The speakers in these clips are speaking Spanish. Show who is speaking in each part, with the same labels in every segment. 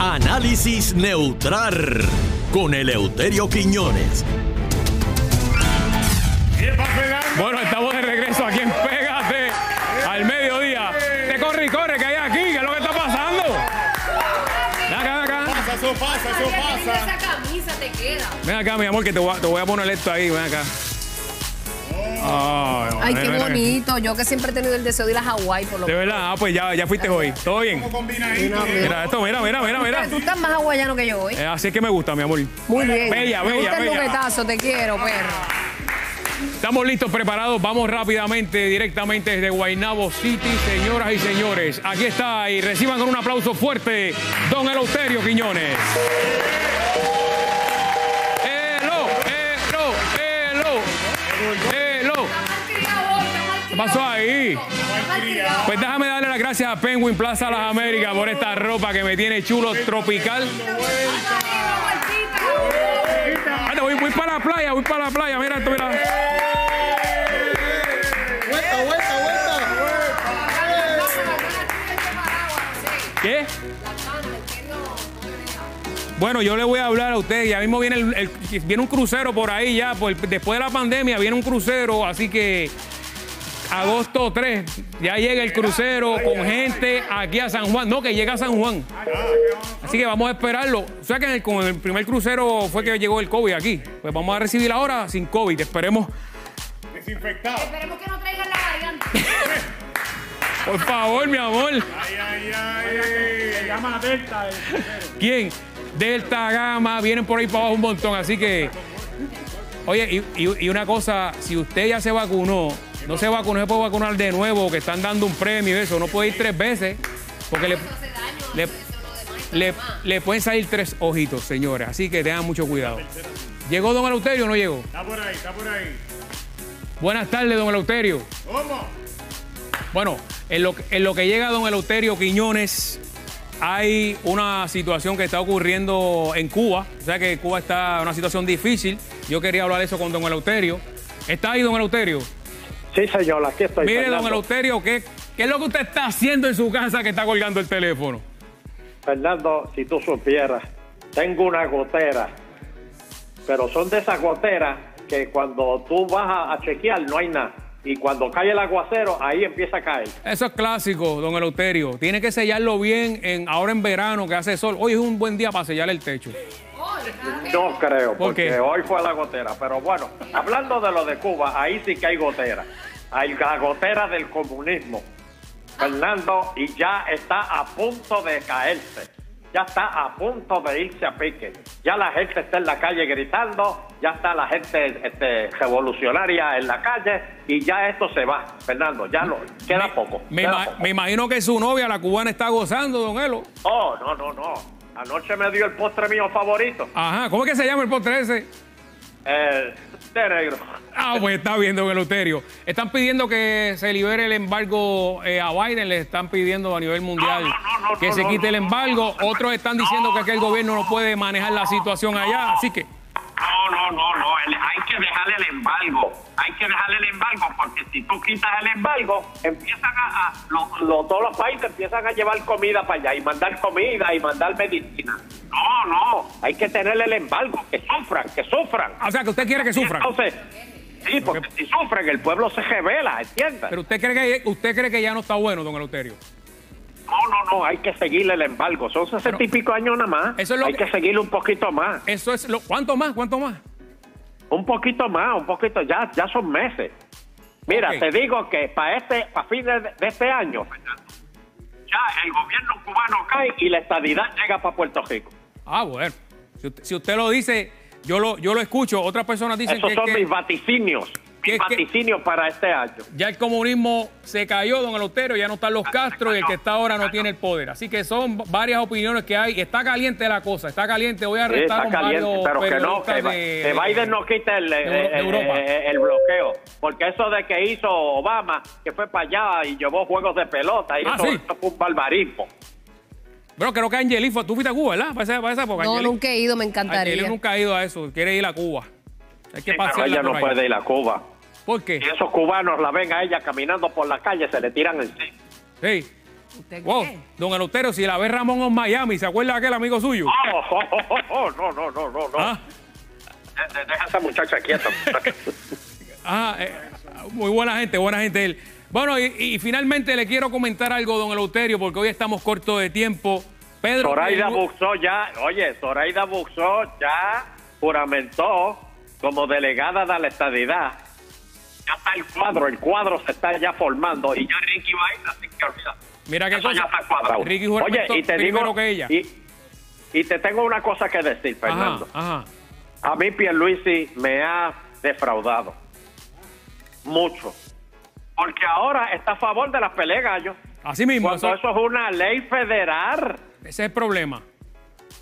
Speaker 1: Análisis neutral con Eleuterio Quiñones.
Speaker 2: Bueno, estamos de regreso aquí en Pégate al mediodía. Te corre y corre que hay aquí, ¿qué es lo que está pasando? Ven acá, ven acá.
Speaker 3: Pasa, eso pasa, eso pasa.
Speaker 4: Esa camisa te queda.
Speaker 2: Ven acá, mi amor, que te voy a, te voy a poner esto ahí, ven acá. Ay,
Speaker 4: Ay,
Speaker 2: ven,
Speaker 4: qué
Speaker 2: ven, ven.
Speaker 4: bonito. Yo que siempre he tenido el deseo de ir a Hawái por lo
Speaker 2: De
Speaker 4: menos.
Speaker 2: verdad, ah, pues ya, ya fuiste hoy. ¿Todo bien?
Speaker 3: ¿Cómo combina ahí?
Speaker 2: Mira esto, mira, mira, mira, mira.
Speaker 4: Tú estás más hawaiano que yo hoy.
Speaker 2: Eh, así es que me gusta, mi amor.
Speaker 4: Muy bien.
Speaker 2: Bella,
Speaker 4: Me
Speaker 2: bella,
Speaker 4: gusta el
Speaker 2: bella.
Speaker 4: buquetazo, te quiero, perro.
Speaker 2: Estamos listos, preparados. Vamos rápidamente, directamente desde Guaynabo City, señoras y señores. Aquí está y reciban con un aplauso fuerte Don Eleuterio Quiñones. Elo, elo, elo, elo. ¿Qué pasó ahí? Pues déjame darle las gracias a Penguin Plaza Las Américas por esta ropa que me tiene chulo tropical. Anda, voy, voy para la playa, voy para la playa. Mira esto, mira.
Speaker 3: Vuelta, vuelta, vuelta.
Speaker 2: ¿Qué? Bueno, yo le voy a hablar a ustedes. Ya mismo viene, el- el- viene un crucero por ahí ya. por- después de la pandemia viene un crucero, así que agosto 3 ya llega el crucero con gente aquí a San Juan. No, que llega a San Juan. Así que vamos a esperarlo. O sea que en el, con el primer crucero fue que llegó el COVID aquí. Pues vamos a recibir ahora sin COVID. Esperemos,
Speaker 3: Desinfectado.
Speaker 4: Esperemos que no traigan la variante.
Speaker 2: por favor, mi amor.
Speaker 3: Ay, ay, ay. Se llama Delta. eh.
Speaker 2: ¿Quién? Delta Gama, vienen por ahí para abajo un montón, así que. Oye, y, y- y una cosa, si usted ya se vacunó, no se vacunó, se puede vacunar de nuevo, que están dando un premio y eso, no puede ir tres veces, porque le, le, le- le pueden salir tres ojitos, señores, así que tengan mucho cuidado. ¿Llegó don Eleuterio o no llegó?
Speaker 3: Está por ahí, está por ahí.
Speaker 2: Buenas tardes, don Eleuterio.
Speaker 3: ¿Cómo?
Speaker 2: Bueno, en lo, que- en lo que llega don Eleuterio Quiñones, hay una situación que está ocurriendo en Cuba. O sea que Cuba está en una situación difícil. Yo quería hablar de eso con don Eleuterio. ¿Está ahí don Eleuterio?
Speaker 5: Sí, señor, aquí estoy.
Speaker 2: Mire, don
Speaker 5: Fernando.
Speaker 2: Eleuterio, ¿qué, ¿qué es lo que usted está haciendo en su casa que está colgando el teléfono?
Speaker 5: Fernando, si tú supieras, tengo una gotera, pero son de esas goteras que cuando tú vas a, a chequear no hay nada. Y cuando cae el aguacero, ahí empieza a caer.
Speaker 2: Eso es clásico, don Eleuterio. Tiene que sellarlo bien en, ahora en verano que hace sol. Hoy es un buen día para sellar el techo.
Speaker 5: No creo,
Speaker 2: ¿Por
Speaker 5: porque
Speaker 2: qué?
Speaker 5: hoy fue la gotera. Pero bueno, hablando de lo de Cuba, ahí sí que hay gotera. Hay la gotera del comunismo. Fernando, y ya está a punto de caerse. Ya está a punto de irse a pique. Ya la gente está en la calle gritando, ya está la gente este, revolucionaria en la calle y ya esto se va, Fernando. Ya lo, queda poco.
Speaker 2: Me,
Speaker 5: queda
Speaker 2: ima-
Speaker 5: poco.
Speaker 2: me imagino que su novia, la cubana, está gozando, don Elo.
Speaker 5: Oh, no, no, no. Anoche me dio el postre mío favorito,
Speaker 2: Ajá, ¿cómo es que se llama el postre ese?
Speaker 5: el de negro.
Speaker 2: Ah, pues está bien, don Eleuterio. Están pidiendo que se libere el embargo eh, a Biden, le están pidiendo a nivel mundial
Speaker 5: no, no,
Speaker 2: que
Speaker 5: no,
Speaker 2: se
Speaker 5: no,
Speaker 2: quite el
Speaker 5: no,
Speaker 2: embargo. Otros están diciendo que aquí el gobierno no puede manejar la situación allá. Así que,
Speaker 5: No, no, no, no. el- hay que dejarle el embargo. Hay que dejarle el embargo porque si tú quitas el embargo, empiezan a, a- lo- lo- todos los países empiezan a llevar comida para allá y mandar comida y mandar medicina. No, no. Hay que tenerle el embargo. Que sufran, que sufran.
Speaker 2: o sea, que usted quiere que sufran.
Speaker 5: Entonces, sí, porque si sufren, el pueblo se revela, ¿entiendes?
Speaker 2: Pero usted cree que usted cree que ya no está bueno, don Eleuterio.
Speaker 5: no, no, no. Hay que seguirle el embargo. Son sesenta y pico años nada más.
Speaker 2: Eso es lo
Speaker 5: hay
Speaker 2: que-
Speaker 5: que seguirle un poquito más.
Speaker 2: Eso es lo. ¿Cuánto más? ¿Cuánto más?
Speaker 5: Un poquito más, un poquito, ya, ya son meses. Mira,
Speaker 2: Ok.
Speaker 5: te digo que para este, para fines de, de este año, ya el gobierno cubano cae y la estadidad llega para Puerto Rico.
Speaker 2: Ah, bueno. Si usted, si usted lo dice, yo lo, yo lo escucho. Otras personas dicen
Speaker 5: Esos
Speaker 2: que,
Speaker 5: son
Speaker 2: que
Speaker 5: mis vaticinios,
Speaker 2: que-
Speaker 5: mis
Speaker 2: que-
Speaker 5: vaticinios para este año.
Speaker 2: ya el comunismo se cayó, don Eleuterio, ya no están
Speaker 5: Ah,
Speaker 2: los Castro y el que está ahora no tiene el poder. Así que son varias opiniones que hay. Está caliente la cosa, está caliente. Voy a
Speaker 5: Sí,
Speaker 2: arrestar
Speaker 5: está
Speaker 2: con
Speaker 5: caliente,
Speaker 2: varios
Speaker 5: pero que no,
Speaker 2: periodistas
Speaker 5: que, Ba-
Speaker 2: de-
Speaker 5: que Biden no quite el,
Speaker 2: de Euro- de
Speaker 5: el-
Speaker 2: Europa.
Speaker 5: el- el bloqueo, porque eso de que hizo Obama, que fue para allá y llevó juegos de pelota, y
Speaker 2: Ah,
Speaker 5: eso,
Speaker 2: sí.
Speaker 5: eso fue un barbarismo.
Speaker 2: Bro, creo que Angeli fue. Tú fuiste a Cuba, ¿verdad? Para esa, para esa época.
Speaker 4: No,
Speaker 2: Angeli-
Speaker 4: nunca he ido, me
Speaker 2: Angeli
Speaker 4: encantaría.
Speaker 2: nunca ha ido a eso. Quiere ir a Cuba. Hay que
Speaker 5: Sí, pero
Speaker 2: pasearla
Speaker 5: ella
Speaker 2: por
Speaker 5: no
Speaker 2: ahí.
Speaker 5: puede ir a Cuba.
Speaker 2: ¿Por qué?
Speaker 5: Y esos cubanos la ven a ella caminando por la calle, se le tiran encima.
Speaker 2: Sí.
Speaker 4: ¿Usted
Speaker 2: Wow,
Speaker 4: qué?
Speaker 2: don Eleuterio, si la ve Ramón en Miami, ¿se acuerda aquel amigo suyo?
Speaker 5: Oh, oh, oh, oh, oh, no, no, no, no, no.
Speaker 2: Ah,
Speaker 5: De- de- Deja a esa muchacha quieta.
Speaker 2: ah, eh, muy buena gente, buena gente él. Bueno, y, y finalmente le quiero comentar algo, don Eleuterio, porque hoy estamos cortos de tiempo. Pedro.
Speaker 5: Zoraida
Speaker 2: Pedro-
Speaker 5: Buxó ya, oye, Zoraida Buxó ya juramentó como delegada de la estadidad. Ya está el cuadro, el cuadro se está ya formando y ya Ricky va a ir, así que olvídate.
Speaker 2: Mira qué
Speaker 5: Eso
Speaker 2: cosa.
Speaker 5: ya está cuadrado.
Speaker 2: Ricky
Speaker 5: Oye,
Speaker 2: Juramento
Speaker 5: y te
Speaker 2: primero
Speaker 5: digo,
Speaker 2: que ella.
Speaker 5: Y, y te tengo una cosa que decir,
Speaker 2: Ajá, ah.
Speaker 5: Fernando.
Speaker 2: ajá.
Speaker 5: A mí Pierluisi me ha defraudado. Mucho. Porque ahora está a favor de las peleas gallo.
Speaker 2: Así mismo,
Speaker 5: Cuando
Speaker 2: eso-
Speaker 5: eso es una ley federal.
Speaker 2: ese es el problema.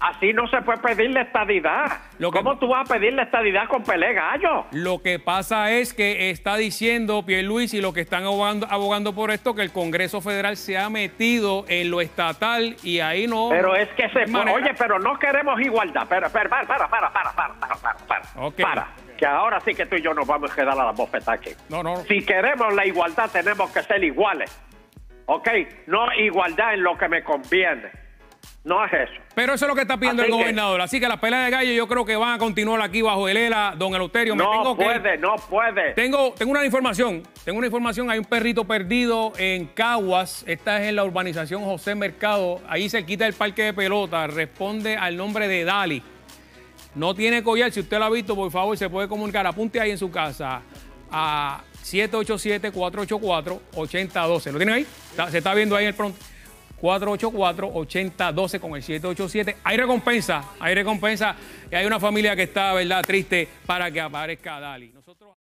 Speaker 5: Así no se puede pedir la estadidad.
Speaker 2: Lo que-
Speaker 5: ¿Cómo tú vas a pedir la estadidad con Pelé Gallo?
Speaker 2: Lo que pasa es que está diciendo Pierluisi y los que están abogando, abogando por esto que el Congreso Federal se ha metido en lo estatal y ahí no.
Speaker 5: Pero es que se
Speaker 2: hay manera.
Speaker 5: Oye, pero no queremos igualdad. Pero, pero, para, para, para, para, para, para, para.
Speaker 2: Ok.
Speaker 5: Para. Que ahora sí que tú y yo nos vamos a quedar a la bofetada aquí.
Speaker 2: No, no.
Speaker 5: Si queremos la igualdad, tenemos que ser iguales. ¿Ok? No igualdad en lo que me conviene. No es eso.
Speaker 2: Pero eso es lo que está pidiendo
Speaker 5: Así
Speaker 2: el
Speaker 5: que-
Speaker 2: gobernador. Así que las peleas de gallo yo creo que van a continuar aquí bajo el ELA, don Eleuterio. me
Speaker 5: No
Speaker 2: tengo que-
Speaker 5: puede, no puede.
Speaker 2: Tengo, tengo una información, tengo una información, hay un perrito perdido en Caguas, esta es en la urbanización José Mercado, ahí se quita el parque de pelota, responde al nombre de Dali. No tiene collar, si usted lo ha visto, por favor, se puede comunicar, apunte ahí en su casa a 787-484-8012. ¿Lo tienen ahí? Está- Se está viendo ahí en el pronto. 484-8012 con el 787. Hay recompensa, hay recompensa. Y hay una familia que está, ¿verdad?, triste para que aparezca Dali. Nosotros...